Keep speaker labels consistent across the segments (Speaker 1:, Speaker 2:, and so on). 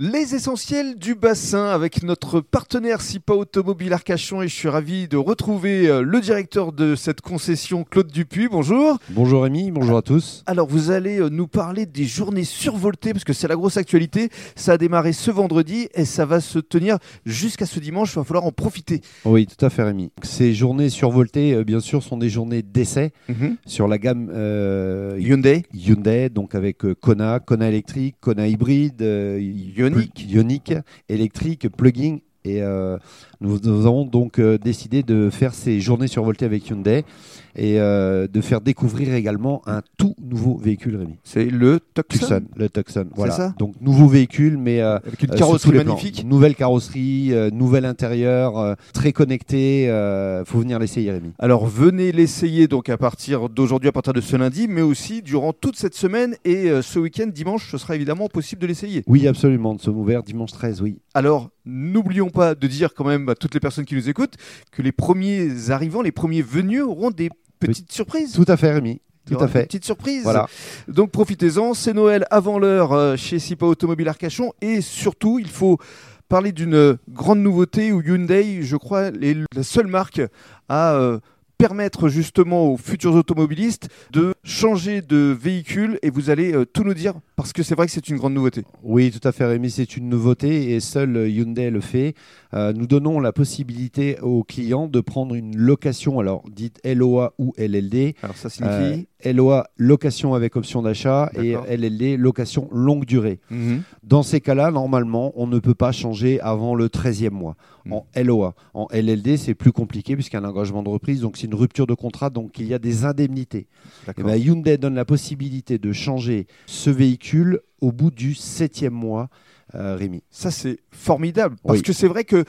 Speaker 1: Les essentiels du bassin avec notre partenaire SIPA Automobile Arcachon et je suis ravi de retrouver euh, le directeur de cette concession, Claude Dupuis. Bonjour.
Speaker 2: Bonjour Rémi, bonjour à tous.
Speaker 1: Alors vous allez euh, nous parler des journées survoltées parce que c'est la grosse actualité. Ça a démarré ce vendredi et ça va se tenir jusqu'à ce dimanche. Il va falloir en profiter.
Speaker 2: Oui, tout à fait Rémi. Ces journées survoltées, euh, bien sûr, sont des journées d'essai
Speaker 1: Mhm.
Speaker 2: sur la gamme euh,
Speaker 1: Hyundai,
Speaker 2: Hyundai, donc avec euh, Kona, Kona électrique, Kona hybride, euh,
Speaker 1: Ioniq.
Speaker 2: pl- Ioniq, électrique, plug-in. Et euh, nous, nous avons donc euh, décidé de faire ces journées survoltées avec Hyundai et euh, de faire découvrir également un tout nouveau véhicule Rémi.
Speaker 1: c'est le Tucson. Euh,
Speaker 2: Tucson, le Tucson. Voilà.
Speaker 1: ça
Speaker 2: donc nouveau véhicule, mais euh,
Speaker 1: Avec une
Speaker 2: euh,
Speaker 1: carrosserie
Speaker 2: sur tous les plans.
Speaker 1: magnifique.
Speaker 2: Nouvelle carrosserie, euh, nouvel intérieur, euh, très connecté. euh, faut venir l'essayer, Rémi.
Speaker 1: Alors venez l'essayer donc à partir d'aujourd'hui, à partir de ce lundi, mais aussi durant toute cette semaine et euh, ce week-end, dimanche, ce sera évidemment possible de l'essayer.
Speaker 2: Oui, absolument. Nous sommes ouverts dimanche 13, oui.
Speaker 1: Alors, n'oublions pas de dire quand même à toutes les personnes qui nous écoutent que les premiers arrivants, les premiers venus auront des petites surprises.
Speaker 2: Tout à fait, Rémi.
Speaker 1: Il y
Speaker 2: Tout
Speaker 1: aura
Speaker 2: à
Speaker 1: des
Speaker 2: fait.
Speaker 1: Petites surprises.
Speaker 2: Voilà.
Speaker 1: Donc profitez-en, c'est Noël avant l'heure euh, chez SIPA Automobile Arcachon et surtout, il faut parler d'une grande nouveauté où Hyundai, je crois, est la seule marque à euh, permettre justement aux futurs automobilistes de changer de véhicule et vous allez euh, tout nous dire parce que c'est vrai que c'est une grande nouveauté.
Speaker 2: Oui, tout à fait, Rémi. C'est une nouveauté et seul euh, Hyundai le fait. Euh, nous donnons la possibilité aux clients de prendre une location, alors dite LOA ou LLD.
Speaker 1: Alors ça
Speaker 2: Euh,
Speaker 1: signifie
Speaker 2: LOA, location avec option d'achat, et
Speaker 1: D'accord.
Speaker 2: LLD, location longue durée.
Speaker 1: Mhm.
Speaker 2: Dans ces cas-là, normalement, on ne peut pas changer avant le 13e mois.
Speaker 1: Hmm.
Speaker 2: En LOA, en LLD, c'est plus compliqué puisqu'il y a un engagement de reprise, donc c'est une rupture de contrat, donc il y a des indemnités. Et
Speaker 1: D'accord.
Speaker 2: ben, Hyundai donne la possibilité de changer ce véhicule au bout du 7e mois, euh, Rémi.
Speaker 1: Ça, c'est formidable. Parce
Speaker 2: Oui.
Speaker 1: que c'est vrai que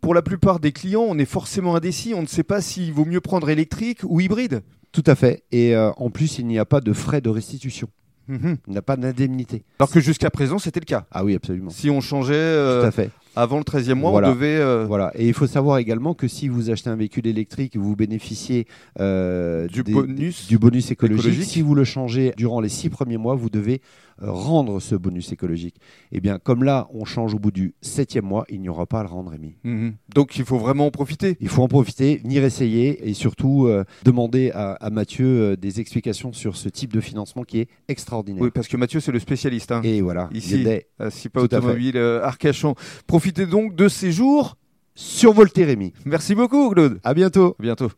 Speaker 1: pour la plupart des clients, on est forcément indécis. On ne sait pas s'il vaut mieux prendre électrique ou hybride.
Speaker 2: Tout à fait. Et euh, en plus, il n'y a pas de frais de restitution. Il n'y a pas d'indemnité.
Speaker 1: Mhm. Alors que jusqu'à présent, c'était le cas.
Speaker 2: Ah oui, absolument.
Speaker 1: Si on changeait
Speaker 2: Tout
Speaker 1: euh,
Speaker 2: à fait.
Speaker 1: avant le 13e mois,
Speaker 2: Voilà.
Speaker 1: on devait. euh,
Speaker 2: Voilà. Et il faut savoir également que si vous achetez un véhicule électrique, vous bénéficiez euh,
Speaker 1: Du
Speaker 2: des-
Speaker 1: bonus.
Speaker 2: du bonus écologique.
Speaker 1: Écologique.
Speaker 2: Si vous le changez durant les six premiers mois, vous devez euh, rendre ce bonus écologique. Et bien, comme là, on change au bout du septième mois, il n'y aura pas à le rendre, Rémi.
Speaker 1: Mhm. Donc, il faut vraiment en profiter.
Speaker 2: Il faut en profiter, venir essayer et surtout euh, demander à, à Mathieu euh, des explications sur ce type de financement qui est extraordinaire.
Speaker 1: Oui, parce que Mathieu, c'est le spécialiste. hein,
Speaker 2: Et voilà,
Speaker 1: Ici.
Speaker 2: Hyundai
Speaker 1: à SIPA
Speaker 2: tout à fait.
Speaker 1: Automobile euh, Arcachon. Profitez donc de ces jours.
Speaker 2: survolté Rémi.
Speaker 1: Merci beaucoup, Claude.
Speaker 2: À bientôt.
Speaker 1: À bientôt.